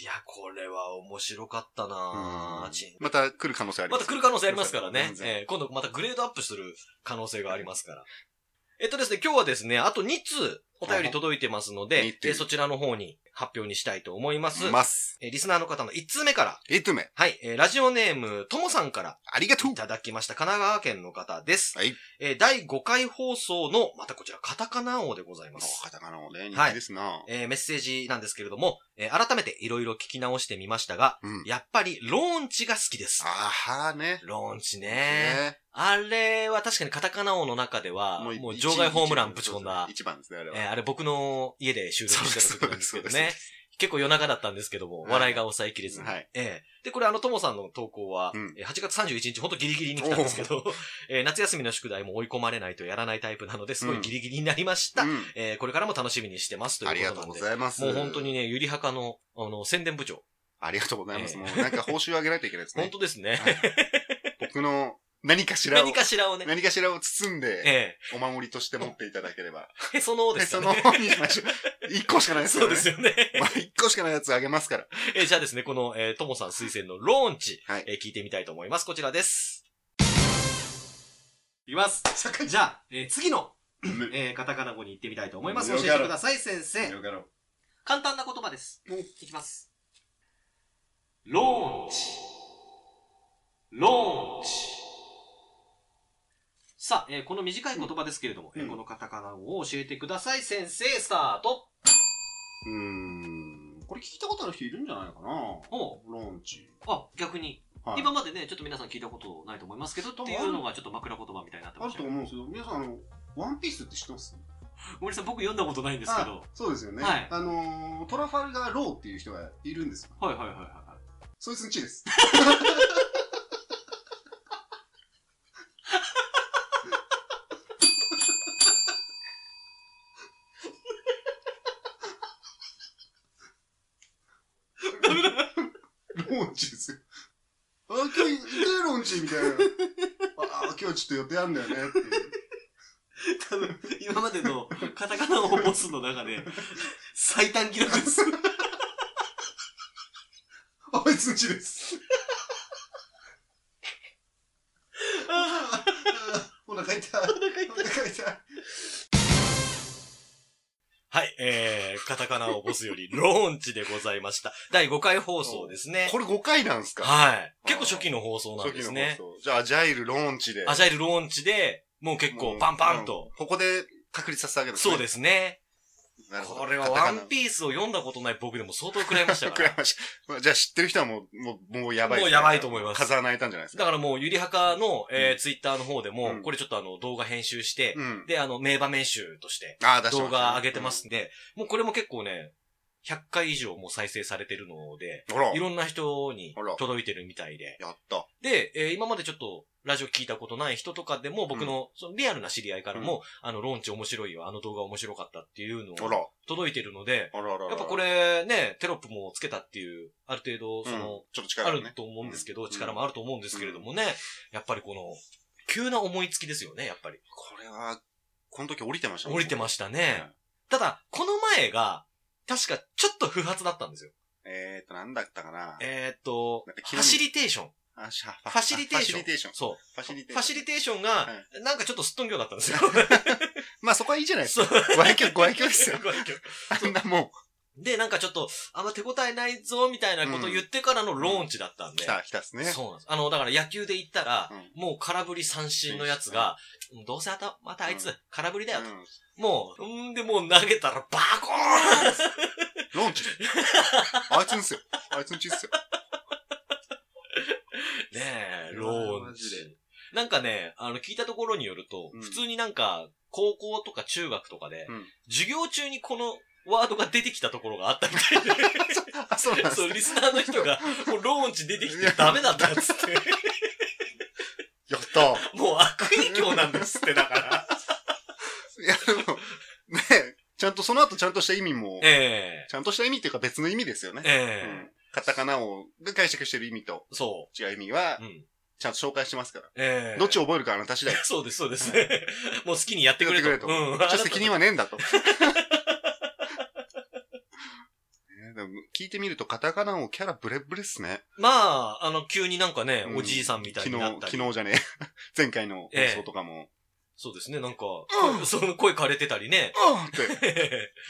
Speaker 1: いや、これは面白かったな
Speaker 2: う
Speaker 1: ぁ、
Speaker 2: ん
Speaker 1: チン。
Speaker 2: また来る可能性あり
Speaker 1: ま
Speaker 2: ま
Speaker 1: た
Speaker 2: す。
Speaker 1: 来る可能性ありますからね
Speaker 2: 全。然
Speaker 1: えー今度またグレードアップする可能性がありますから。えっとですね、今日はですね、あと2通お便り届いてますの
Speaker 2: あ
Speaker 1: で
Speaker 2: 二、通
Speaker 1: えーそちらの方に発表にしたいと思います。
Speaker 2: ます。
Speaker 1: えーリスナーの方の1通目から、
Speaker 2: えっとめ、
Speaker 1: はい、えーラジオネーム、ともさんから
Speaker 2: ありがとう
Speaker 1: いただきました神奈川県の方です。
Speaker 2: はい。
Speaker 1: えー第5回放送の、またこちらカタカナ王でございます。
Speaker 2: カタカナもね、人
Speaker 1: はい
Speaker 2: 気ですな。
Speaker 1: えーメッセージなんですけれども、えー改めていろいろ聞き直してみましたが、
Speaker 2: うん。
Speaker 1: やっぱりローンチが好きです。
Speaker 2: あはーね。
Speaker 1: ローンチね
Speaker 2: ね
Speaker 1: あれは確かにカタカナ王の中では、もう場外ホームランぶち込んだ、
Speaker 2: 一番ですね、あれ
Speaker 1: え
Speaker 2: は。
Speaker 1: ーあれ僕の家で収録してた時なんですけど
Speaker 2: そう
Speaker 1: ね
Speaker 2: で。
Speaker 1: 結構夜中だったんですけども、
Speaker 2: はい
Speaker 1: 笑いが抑えきれずに。
Speaker 2: はい
Speaker 1: えーで、これあの、ともさんの投稿は、
Speaker 2: うん
Speaker 1: えー8月31日、ほんとギリギリに来たんですけど、 えー夏休みの宿題も追い込まれないとやらないタイプなので、すごいギリギリになりました。
Speaker 2: うん
Speaker 1: えーこれからも楽しみにしてますという
Speaker 2: あ
Speaker 1: こと
Speaker 2: り
Speaker 1: なん
Speaker 2: が
Speaker 1: で。
Speaker 2: とうございます。
Speaker 1: もう本当。にね、ゆりはかの、あの、宣伝部長。
Speaker 2: ありがとうございま
Speaker 1: え
Speaker 2: す。
Speaker 1: え
Speaker 2: もうなんか報酬上げないといけないです
Speaker 1: 本
Speaker 2: ね。
Speaker 1: 当ですね。
Speaker 2: 僕の何かしら を
Speaker 1: 何、かしらをね。
Speaker 2: 何かしらを包んで、
Speaker 1: え
Speaker 2: お守りとして持っていただければ。
Speaker 1: え。へその緒で
Speaker 2: で、
Speaker 1: すか
Speaker 2: その
Speaker 1: ね。
Speaker 2: 方にしましょう。一個しかないですか
Speaker 1: そう
Speaker 2: ら
Speaker 1: で
Speaker 2: ね。
Speaker 1: すよね。
Speaker 2: まあ、一個しかないやつあげますから。
Speaker 1: えーじゃあですね、この、えーともさん推薦のローンチ、
Speaker 2: はい
Speaker 1: えー聞いてみたいと思います。こちらです。
Speaker 7: いきます。じゃあ、えー次の、えーカタカナ語に行ってみたいと思います。教えてください、先生。簡単な言葉です。いきます。ローンチ。ローンチ。さあ、えーこの短い言葉ですけれども、えーこのカタカナ語を教えてください、先生、スタート。
Speaker 2: うーん。これ聞いたことある人いるんじゃないかな
Speaker 7: おう
Speaker 2: ローンチ。
Speaker 7: あ、逆に、
Speaker 2: はい
Speaker 7: 今までね、ちょっと皆さん聞いたことないと思いますけど、っていうのがちょっと枕言葉みたいになって
Speaker 2: あ
Speaker 7: ま
Speaker 2: る
Speaker 7: した
Speaker 2: と
Speaker 7: け
Speaker 2: 思
Speaker 7: ど
Speaker 2: うんですけど、皆さん、あの、ワンピースって知ってます
Speaker 7: 森さん、僕読んだことないんですけど
Speaker 2: あ。そうですよね。
Speaker 7: はい
Speaker 2: あのー、トラファルガー・ローっていう人がいるんですよ。
Speaker 7: はいはいはいはい。
Speaker 2: そいつん ちです。ローンチですよ。あ、今日行くよ、ローンチみたいな。あ、今日はちょっと予定あんだよねっていう。
Speaker 8: 多分、今までのカタカナのボスの中で、最短記録です。
Speaker 2: あいつんちです。 お腹痛い。お腹痛い。
Speaker 1: はい、えー、カタカナをボスより、ローンチでございました。第5回放送ですね。
Speaker 2: これ5回なんですか
Speaker 1: はい。結構初期の放送なんですね。
Speaker 2: 放送。じゃあ、アジャイルローンチで。
Speaker 1: アジャイルローンチで、もう結構パンパンと。
Speaker 2: うん。ここで確立させてあげるん
Speaker 1: そう
Speaker 2: すね。
Speaker 1: ですね。
Speaker 2: なるほど
Speaker 1: これはワンピースを読んだことない僕でも相当食らいました
Speaker 2: カタ
Speaker 1: か
Speaker 2: カ
Speaker 1: ら
Speaker 2: ナ 食らい。ましたまあじゃあ知ってる人はもう、もう、もうやばいですね。
Speaker 1: もうやばいと思います
Speaker 2: 風穴開いたんじゃないです
Speaker 1: だ
Speaker 2: か。
Speaker 1: からもう、ゆりはかの、えー、ツイッターの方でも、
Speaker 2: うん
Speaker 1: これちょっとあの、動画編集して、
Speaker 2: うん。
Speaker 1: で、あの、名場面集として、
Speaker 2: ああ、出してましたね
Speaker 1: 動画上げてま。すんで、もうこれも結構ね、100回以上もう再生されてるので、
Speaker 2: うんほら
Speaker 1: い。ろんな人に
Speaker 2: あら
Speaker 1: 届いてるみたいで。
Speaker 2: やった。
Speaker 1: で、えー今までちょっと、ラジオ聞いたことない人とかでも、僕の、そのリアルな知り合いからも、あの、ローンチ面白いよ、あの動画面白かったっていうの
Speaker 2: あ
Speaker 1: を
Speaker 2: ら。
Speaker 1: 届いてるので、
Speaker 2: あらあらあら。
Speaker 1: やっぱこれね、テロップもつけたっていう、ある程度、
Speaker 2: うん、
Speaker 1: その、
Speaker 2: ちょっと
Speaker 1: あ
Speaker 2: 力が
Speaker 1: る
Speaker 2: ね。
Speaker 1: と思うんですけ
Speaker 2: う
Speaker 1: ど、
Speaker 2: ん
Speaker 1: 力もあると思うんですけれどもね、やっぱりこの、急な思いつきですよね、やっぱり。
Speaker 2: これは、この時降りてました
Speaker 1: 降りてま
Speaker 2: し
Speaker 1: したね。。ただ、この前が、確かちょっと不発だったんですよ。
Speaker 2: えーっと、なんだったかな。
Speaker 1: えーっと
Speaker 2: なんか、
Speaker 1: フ
Speaker 2: 急に
Speaker 1: ァシリテーション。
Speaker 2: あしゃフ
Speaker 1: ファシリテーション。
Speaker 2: ファシリテーション。
Speaker 1: そう。
Speaker 2: ファ シリテーション。
Speaker 1: ファシリテーションが
Speaker 2: は、
Speaker 1: なんかちょっとすっとんきょうだったんですよ。
Speaker 2: まあそこはいいじゃないですか。
Speaker 1: そう。
Speaker 2: ご愛嬌、ご愛嬌ですよ。
Speaker 1: ご愛嬌
Speaker 2: あんなも
Speaker 1: で、なんかちょっと、あんま手応えないぞ、みたいなこと言ってからのローンチだったん
Speaker 2: う、
Speaker 1: で。
Speaker 2: 来た、来たっすね。
Speaker 1: そうなんです。あの、だから野球で言ったら、
Speaker 2: う
Speaker 1: もう空振り三振のやつが、うんどうせあた、またあいつ、空振りだよ
Speaker 2: う
Speaker 1: と。
Speaker 2: ん
Speaker 1: もう、うんで、もう投げたらバコーン
Speaker 2: ロ ーンチで。あいつんすよ。あいつんちっすよ。
Speaker 1: ねえ、
Speaker 2: うわ
Speaker 1: ローン
Speaker 2: マジで
Speaker 1: チ。なんかね、あの、聞いたところによると、
Speaker 2: うん
Speaker 1: 普通になんか、高校とか中学とかで、
Speaker 2: うん
Speaker 1: 授業中にこのワードが出てきたところがあったみたいで、
Speaker 2: あ、そう なんで す
Speaker 1: そう、リスナーの人 が、もうローンチ出てきてダメだったっつって、
Speaker 2: やった。い
Speaker 1: もう悪影響なんですって、だ から。
Speaker 2: や、でも、ねちゃんと、その後ちゃんとした意味も、
Speaker 1: え
Speaker 2: ちゃんとした意味っていうか別の意味ですよ
Speaker 1: え
Speaker 2: ね。う
Speaker 1: ええ
Speaker 2: んカタカナを、が解釈してる意味と
Speaker 1: そ
Speaker 2: 違う意味は
Speaker 1: う。う、ん。
Speaker 2: ちゃんと紹介してますから。
Speaker 1: ええ
Speaker 2: どっちを覚えるかはあなた次第。や
Speaker 1: そうです、そうです。もう好きにやってくれと。
Speaker 2: ってくれと。
Speaker 1: うん。
Speaker 2: ちょっと責任はねえんだ と。ねでも聞いてみると、カタカナをキャラブレブレっすね。
Speaker 1: まあ、あの、急になんかね、おじいさんみたいになった
Speaker 2: 昨
Speaker 1: り。
Speaker 2: 日、昨日じゃねえ。 前回の放送とかも、
Speaker 1: そうですね、なんか、 その声枯れてたりね。
Speaker 2: ああって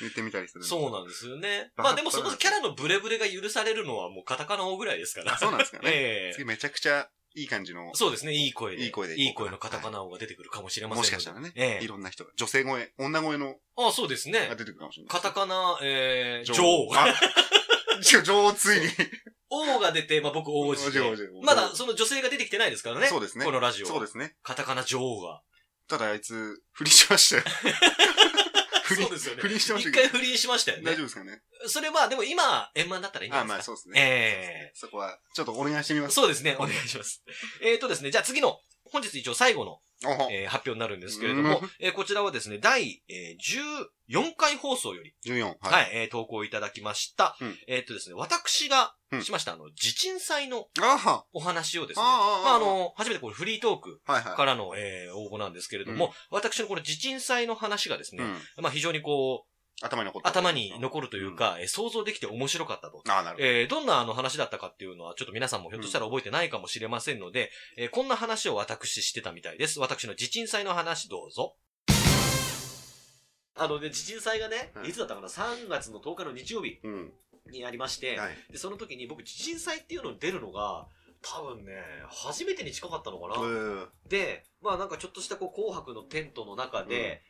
Speaker 2: 言ってみたりす る。
Speaker 1: そうなんですよね。
Speaker 2: バ
Speaker 1: ま
Speaker 2: カ
Speaker 1: あでもそのキャラのブレブレが許されるのはもうカタカナ王ぐらいですから。
Speaker 2: あそうなんですかね
Speaker 1: ええ
Speaker 2: 次めちゃくちゃいい感じの、
Speaker 1: そうですね、いい声で。
Speaker 2: いい声で
Speaker 1: いい声のカタカナ王が出てくるかもしれません
Speaker 2: も
Speaker 1: の
Speaker 2: し
Speaker 1: で
Speaker 2: かしたらね、
Speaker 1: え
Speaker 2: い
Speaker 1: え
Speaker 2: ろんな人が、女性声、女声の
Speaker 1: あ、そうです
Speaker 2: が
Speaker 1: ね
Speaker 2: 出。てくるかもしれない。
Speaker 1: カタカナ、ええ女王。
Speaker 2: あ しかも女王ついに。
Speaker 1: 王が出て、まあ僕王子で
Speaker 2: 王子王子王子
Speaker 1: まだその女性が出てきてないですからね。
Speaker 2: そうですね
Speaker 1: このラジオ。
Speaker 2: そうですね。
Speaker 1: カタカナ女王が。
Speaker 2: ただあいつ、不倫し ましたよ。不倫
Speaker 1: そうですよね
Speaker 2: 不倫してまし
Speaker 1: 一
Speaker 2: たけ
Speaker 1: 回
Speaker 2: ど。
Speaker 1: 不倫しましたよ
Speaker 2: 大丈
Speaker 1: ね
Speaker 2: 夫。ですかね。
Speaker 1: それは、でも今、円満だったらいいんじ
Speaker 2: あ
Speaker 1: ゃ
Speaker 2: ま
Speaker 1: ない
Speaker 2: あ
Speaker 1: ですか。
Speaker 2: そうですね。
Speaker 1: ええ
Speaker 2: そこは、ちょっとお願いしてみます。
Speaker 1: そうですね、 お願いします。えっとですね、じゃあ次の、本日一応最後の、
Speaker 2: おほ
Speaker 1: えー発表になるんですけれども
Speaker 2: う、
Speaker 1: えーこちらはですね、第、えー14回放送より、
Speaker 2: 14。
Speaker 1: はい、
Speaker 2: はい。
Speaker 1: えー投稿いただきました。
Speaker 2: うん
Speaker 1: えっ、とですね、私が
Speaker 2: うん
Speaker 1: しました、あの、自鎮祭の
Speaker 2: あは。
Speaker 1: お話をですね、
Speaker 2: ああ
Speaker 1: まあ、
Speaker 2: あ
Speaker 1: あの、初めてこれフリートーク
Speaker 2: はいは
Speaker 1: からの、えー応募なんですけれども、
Speaker 2: うん
Speaker 1: 私のこの自鎮祭の話がです
Speaker 2: い。う
Speaker 1: ね、
Speaker 2: ん。
Speaker 1: まあ非常にこう、
Speaker 2: 頭に残った。
Speaker 1: 頭に残るというか、えー想像できて面白かったと。
Speaker 2: ああ、なるほど。
Speaker 1: えーどんなあの話だったかっていうのは、ちょっと皆さんもひょっとしたら覚えてないかもしれませんので、えーこんな話を私してたみたいです。私の自鎮祭の話どうぞ。あのね、自鎮祭がね
Speaker 2: う、ん
Speaker 1: いつだったかな ?3 月の10日の日曜日
Speaker 2: うん。
Speaker 1: にありまして、
Speaker 2: はい。
Speaker 1: でその時に僕、自鎮祭っていうのに出るのが、多分ね、初めてに近かったのかな、
Speaker 2: うん
Speaker 1: で、まあなんかちょっとしたこう紅白のテントの中で、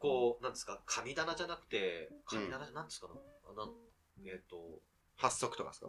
Speaker 1: こう、なんですか、神棚じゃなくて、神棚、なんですかなあなんえっ、と、
Speaker 2: 発足とかですか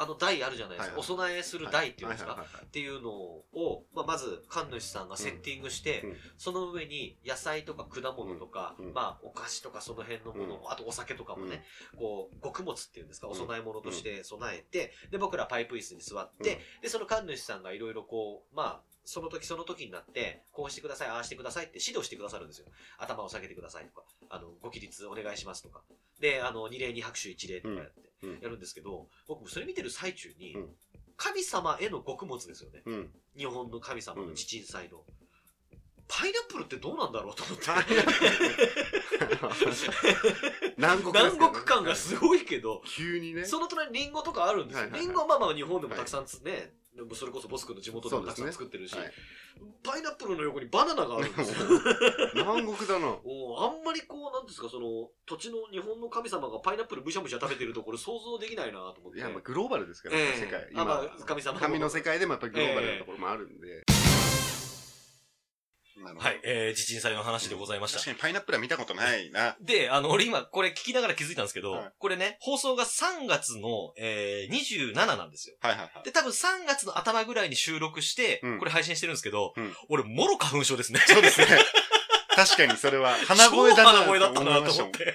Speaker 1: あの台あるじゃないですか、
Speaker 2: はいはい
Speaker 1: お供えする台っていうんですか、
Speaker 2: はいはいはいはい
Speaker 1: っていうのを、まあ、まず神主さんがセッティングして、
Speaker 2: うんうん
Speaker 1: その上に野菜とか果物とか、
Speaker 2: うんうん
Speaker 1: まあ、お菓子とかその辺のもの、あとお酒とかもね、こう穀物っていうんですかお供え物として備えて、で僕らパイプ椅子に座って、
Speaker 2: うん
Speaker 1: でその神主さんがいろいろこうまあその時その時になって、こうしてください、ああしてくださいって指導してくださるんですよ。頭を下げてくださいとか、あの、ご起立お願いしますとか。で、あの、二礼二拍手一礼とかやって、
Speaker 2: うんうん
Speaker 1: やるんですけど、僕もそれ見てる最中に、
Speaker 2: うん
Speaker 1: 神様への穀物ですよね。
Speaker 2: うん。
Speaker 1: 日本の神様の地鎮祭の。
Speaker 9: パイナップルってどうなんだろうと思って。
Speaker 2: 南国です
Speaker 9: 南
Speaker 2: けどね
Speaker 9: 国感がすごいけど、
Speaker 2: 急にね。
Speaker 9: その隣にリンゴとかあるんですよ
Speaker 2: は。いはい
Speaker 9: リ
Speaker 2: はい
Speaker 9: ンゴはまあまあ日本でもたくさんつね、でもそれこそボス君の地元でもたくさん作ってるし、
Speaker 2: はい
Speaker 9: パイナップルの横にバナナがあるんですよ。
Speaker 2: 南国だな。
Speaker 9: おあんまりこう、なんですか、その、土地の日本の神様がパイナップルむしゃむしゃ食べてるところ想像できないなと思っ
Speaker 2: い
Speaker 9: て。
Speaker 2: や、まあグローバルですから、
Speaker 9: ええ
Speaker 2: 世界。
Speaker 9: あまあ神様
Speaker 2: 神の世界でもやっぱりグローバルなところもあるんで。
Speaker 10: なるほど
Speaker 1: はい、えー、地鎮祭の話でございました
Speaker 10: 確。かにパイナップルは見たことないな。
Speaker 1: で、あの、俺今、これ聞きながら気づいたんですけど、
Speaker 10: はい
Speaker 1: これね、放送が3月の、えー、27なんですよ。
Speaker 10: はいはいはい。
Speaker 1: で、多分3月の頭ぐらいに収録して、
Speaker 2: うん
Speaker 1: これ配信してるんですけど、
Speaker 10: うん
Speaker 1: 俺、もろ花粉症ですね。
Speaker 2: そうですね。確かにそれは、鼻声だな。
Speaker 1: 超鼻声だったなと思っ。て。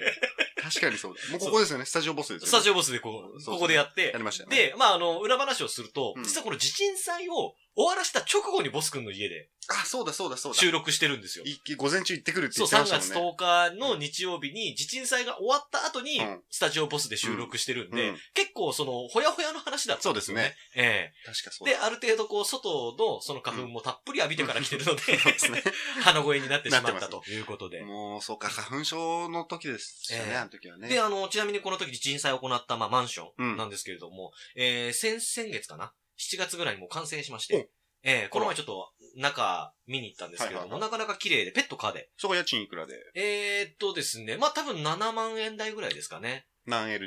Speaker 2: 確かにそうだ。もうここですよね、スタジオボスですよね。
Speaker 1: スタジオボスでこう、
Speaker 2: そうそう
Speaker 1: ここでやって
Speaker 2: や、りましたよね。
Speaker 1: で、まあ、あの、裏話をすると、
Speaker 2: うん
Speaker 1: 実はこの地鎮祭を終わらした直後にボス君の家で
Speaker 10: あ、そうだそうだそうだ。
Speaker 1: 収録してるんですよ。
Speaker 2: 一気午前中行ってくるって
Speaker 1: そ
Speaker 2: 言
Speaker 1: う、
Speaker 2: って
Speaker 1: 3
Speaker 2: ましたもんね。
Speaker 1: 月10日の日曜日に、地鎮祭が終わった後に
Speaker 10: うん、
Speaker 1: スタジオボスで収録してるんで、
Speaker 2: うん
Speaker 1: 結構その、ほやほやの話だった
Speaker 2: そうんで
Speaker 1: です
Speaker 2: す
Speaker 1: よね。
Speaker 2: ね。
Speaker 1: ええ
Speaker 10: 確かそうだ
Speaker 1: で、。ある程度こう、外のその花粉もたっぷり浴びてから来てるので、
Speaker 2: すね
Speaker 1: 鼻声になってしまっ
Speaker 2: なって
Speaker 1: た
Speaker 2: ま
Speaker 1: ということで。
Speaker 2: もう、そうか、花粉症の時ですよ
Speaker 1: え
Speaker 2: ね、
Speaker 1: え
Speaker 2: あの時はね。
Speaker 1: で、あの、ちなみにこの時に人災を行った、まあ、マンショ
Speaker 2: うん
Speaker 1: ンなんですけれども、えー、先、先月かな ?7 月ぐらいにもう感染しまして、えー、この前ちょっと中見に行ったんですけれども、
Speaker 10: はい
Speaker 1: なかなか綺麗で、ペット可で。
Speaker 2: そこ家賃いくらで
Speaker 1: えー、っとですね、まあ、多分7万円台ぐらいですかね。
Speaker 2: 何 ?LDK。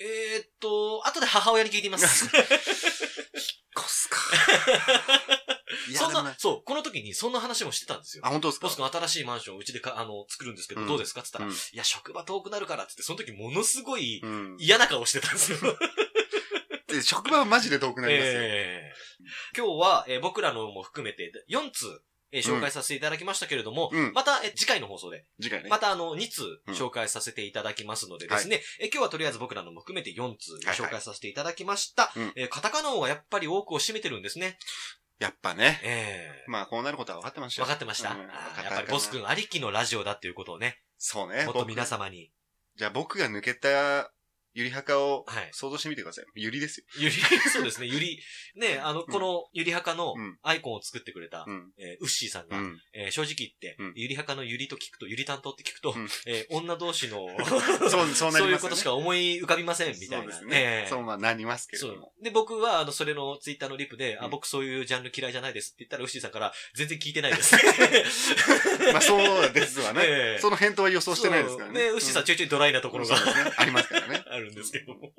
Speaker 1: えー、っと、後で母親に聞いてみ ます。
Speaker 2: こすか。いや、
Speaker 1: そん
Speaker 2: でもね
Speaker 1: な、そう、この時にそんな話もしてたんですよ
Speaker 2: あ、。本当ですか
Speaker 1: ボス君新しいマンションをうちでか、あの、作るんですけど、
Speaker 2: うん
Speaker 1: どうですかって言ったら、
Speaker 2: うん
Speaker 1: いや、職場遠くなるからってって、その時ものすごい
Speaker 2: うん。
Speaker 1: 嫌な顔してたんですよ。
Speaker 2: で職場はマジで遠くなりますよ。
Speaker 1: えー今日は、えー僕らのも含めて4通、えー紹介させていただきましたけれども、
Speaker 2: うん
Speaker 1: また、えー次回の放送で、
Speaker 2: 次回ね。
Speaker 1: またあの、2通
Speaker 2: うん
Speaker 1: 紹介させていただきますのでですね、えー今日はとりあえず僕らのも含めて4通
Speaker 2: はいはい
Speaker 1: 紹介させていただきました。
Speaker 2: うん
Speaker 1: えーカタカナ王がやっぱり多くを占めてるんですね。
Speaker 2: やっぱね。
Speaker 1: えー
Speaker 2: まあ、こうなることは分かってましたよ
Speaker 1: 分かってました、
Speaker 2: うん
Speaker 1: あーやっぱりボス君ありきのラジオだっていうことをね、
Speaker 2: そうね。
Speaker 1: もっと
Speaker 2: 僕
Speaker 1: 皆様に。
Speaker 2: じゃあ僕が抜けたゆりはかを
Speaker 1: はい
Speaker 2: 想像してみてください。ゆりですよ。
Speaker 1: ゆり、 そうですね、ゆり、ね、あの、このゆりはかの
Speaker 2: うん
Speaker 1: アイコンを作ってくれた、
Speaker 2: うん。
Speaker 1: えーウッシーさん
Speaker 2: う
Speaker 1: が、
Speaker 2: ん。
Speaker 1: えー正直言って、
Speaker 2: うん
Speaker 1: ゆりはかのゆりと聞くと、ゆり担当って聞くと、
Speaker 2: うん
Speaker 1: えー女同士の、
Speaker 2: そう、そうな
Speaker 1: そう
Speaker 2: り
Speaker 1: いう
Speaker 2: ます
Speaker 1: こ
Speaker 2: よね。
Speaker 1: としか思い浮かびません、みた
Speaker 2: そう
Speaker 1: い
Speaker 2: で
Speaker 1: な。
Speaker 2: す
Speaker 1: え。
Speaker 2: ね
Speaker 1: ー
Speaker 2: そう、まあ、なりますけれ
Speaker 1: そ
Speaker 2: ど
Speaker 1: う
Speaker 2: も。
Speaker 1: で、僕は、あの、それのツイッターのリプで、
Speaker 2: う
Speaker 1: あ、
Speaker 2: ん
Speaker 1: 僕そういうジャンル嫌いじゃないですって言ったら、ウッシーさんから、全然聞いてないです。
Speaker 2: まあ、そうですわね。
Speaker 1: えー
Speaker 2: その返答は予想してないですからね。
Speaker 1: そうウッシーさんちょいちょいドライなと
Speaker 2: と
Speaker 1: ころが、
Speaker 2: ありますからね。
Speaker 1: あるんですけども。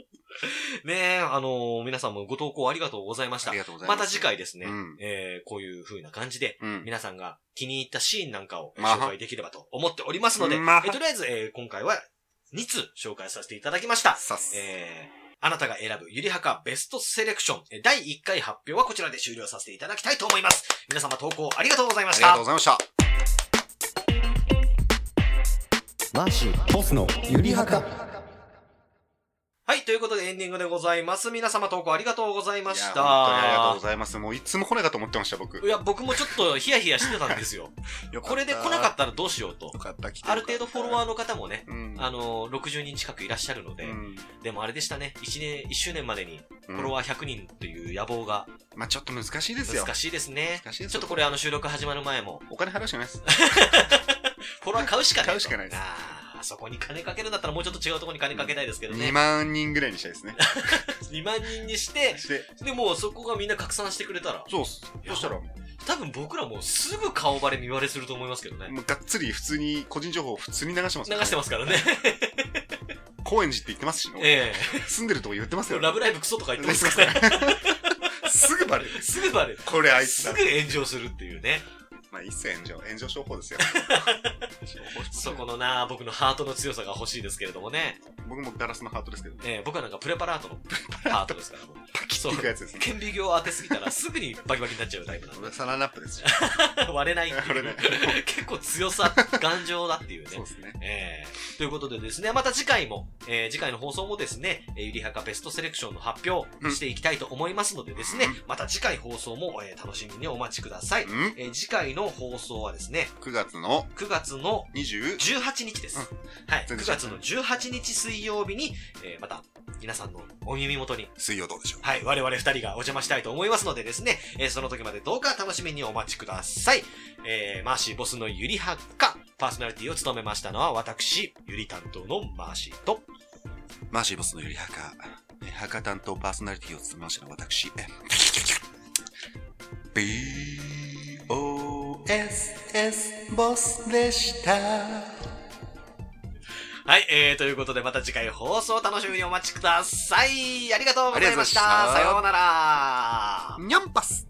Speaker 1: ねえ、あのー皆さんもご投稿ありがとうございまし
Speaker 2: あ
Speaker 1: た
Speaker 2: り。がとうございま。
Speaker 1: ますた次回ですね、
Speaker 2: うん
Speaker 1: えーこういう風な感じで、
Speaker 2: うん。
Speaker 1: 皆さんが気に入ったシーンなんかを
Speaker 2: まあ
Speaker 1: 紹介できればと思っておりますので、
Speaker 2: まあ
Speaker 1: えーとりあえず、えー今回は2つ紹介させていただきました。
Speaker 2: さっす。
Speaker 1: えーあなたが選ぶゆりはかベストセレクション、えー第1回発表はこちらで終了させていただきたいと思います。皆様投稿ありがとうございま
Speaker 2: あ
Speaker 1: し
Speaker 2: りが
Speaker 1: た
Speaker 2: とうご。ざいました。
Speaker 11: マーシーボスのゆりはか
Speaker 1: はい、ということでエンディングでございます。皆様投稿ありがとうございまし
Speaker 2: いや本
Speaker 1: た。
Speaker 2: 当にありがとうございます。もういつも来ないかと思ってました、僕。
Speaker 1: いや、僕もちょっとヒヤヒヤしてたんです よ。これで来なか
Speaker 2: っ
Speaker 1: ったらどうしようと
Speaker 2: た。よ。かった、来て
Speaker 1: ある程度フォロワーの方もね、
Speaker 2: ー、うん、
Speaker 1: あのー、60人近くいらっしゃるので、
Speaker 2: うん
Speaker 1: でもあれでしたね、1年、1周年までにフ
Speaker 2: うん
Speaker 1: ォロワー100人という野望が
Speaker 2: まあちょっと難しいですよ。
Speaker 1: 難しいですね。
Speaker 2: 難しいですよ
Speaker 1: ちょっとこれあの収録始まる前も、
Speaker 2: お金払うしかないです。
Speaker 1: フォロワー買うしかないと。
Speaker 2: 買うしかないです
Speaker 1: あーそこに金かけるんだったらもうちょっと違うところに金かけたいですけどね。
Speaker 2: 2万人ぐらいにしたいですね。
Speaker 1: 2万人にして、
Speaker 2: して、
Speaker 1: でもうそこがみんな拡散してくれたら、
Speaker 2: そうっす。
Speaker 1: いや
Speaker 2: そしたらも
Speaker 1: 多分僕らもうすぐ顔バレ見割れすると思いますけど
Speaker 2: う、
Speaker 1: ね。
Speaker 2: もうがっつり普通に個人情報を普通に流してます
Speaker 1: 流してますからね。
Speaker 2: す。高円寺って言ってますし、
Speaker 1: え
Speaker 2: 住んでるとこ言ってます
Speaker 1: え
Speaker 2: よ。
Speaker 1: ラブライブクソとか言ってますからね。
Speaker 2: すぐバレる。
Speaker 1: すぐバレる。
Speaker 2: これあいつ
Speaker 1: す
Speaker 2: だ
Speaker 1: ぐ。炎上するっていうね。
Speaker 2: まあ一切炎上。炎上商 法ですよ。
Speaker 1: そこのな、僕のハートの強さが欲しいですけれどもね。
Speaker 2: 僕もガラスのハートですけど、
Speaker 1: えー僕はなんかプレパラートのハートですから、もう。
Speaker 2: パキッていくやつですね。
Speaker 1: 顕微鏡を当てすぎたらすぐにバキバキになっちゃうタイプなんで。
Speaker 2: サランラップですよ。
Speaker 1: 割れないってい
Speaker 2: 割
Speaker 1: う
Speaker 2: れない。
Speaker 1: 結構強さ、頑丈だっていうね
Speaker 2: そう。ですね。
Speaker 1: えーということでですね、また次回も、えー次回の放送もですね、えーゆりはかベストセレクションの発表をしていきたいと思いますのでですね、また次回放送も、えー楽しみにお待ちください。
Speaker 2: うん
Speaker 1: えー次回の放送はですね、
Speaker 2: ?9 月の
Speaker 1: 9月の、の
Speaker 2: 20?
Speaker 1: 18日です。はい。9月の18日水曜日に、えーまた、皆さんのお耳元に、
Speaker 2: 水曜どうでしょう
Speaker 1: はい、我々二人がお邪魔したいと思いますのでですね、えーその時までどうか楽しみにお待ちください。えーマーシーボスのゆりはっか、パーソナリティを務めましたのは私、ゆり担当のマーシーと、
Speaker 2: マーシーボスのゆりはか、えーはか担当パーソナリティを務めましたの私、え BOSS ボスでした。
Speaker 1: はい、えー、ということでまた次回放送を楽しみにお待ちください。ありがとうございました。
Speaker 2: ありがとう
Speaker 1: さよう
Speaker 2: ございました
Speaker 1: なら。
Speaker 2: にゃんぱす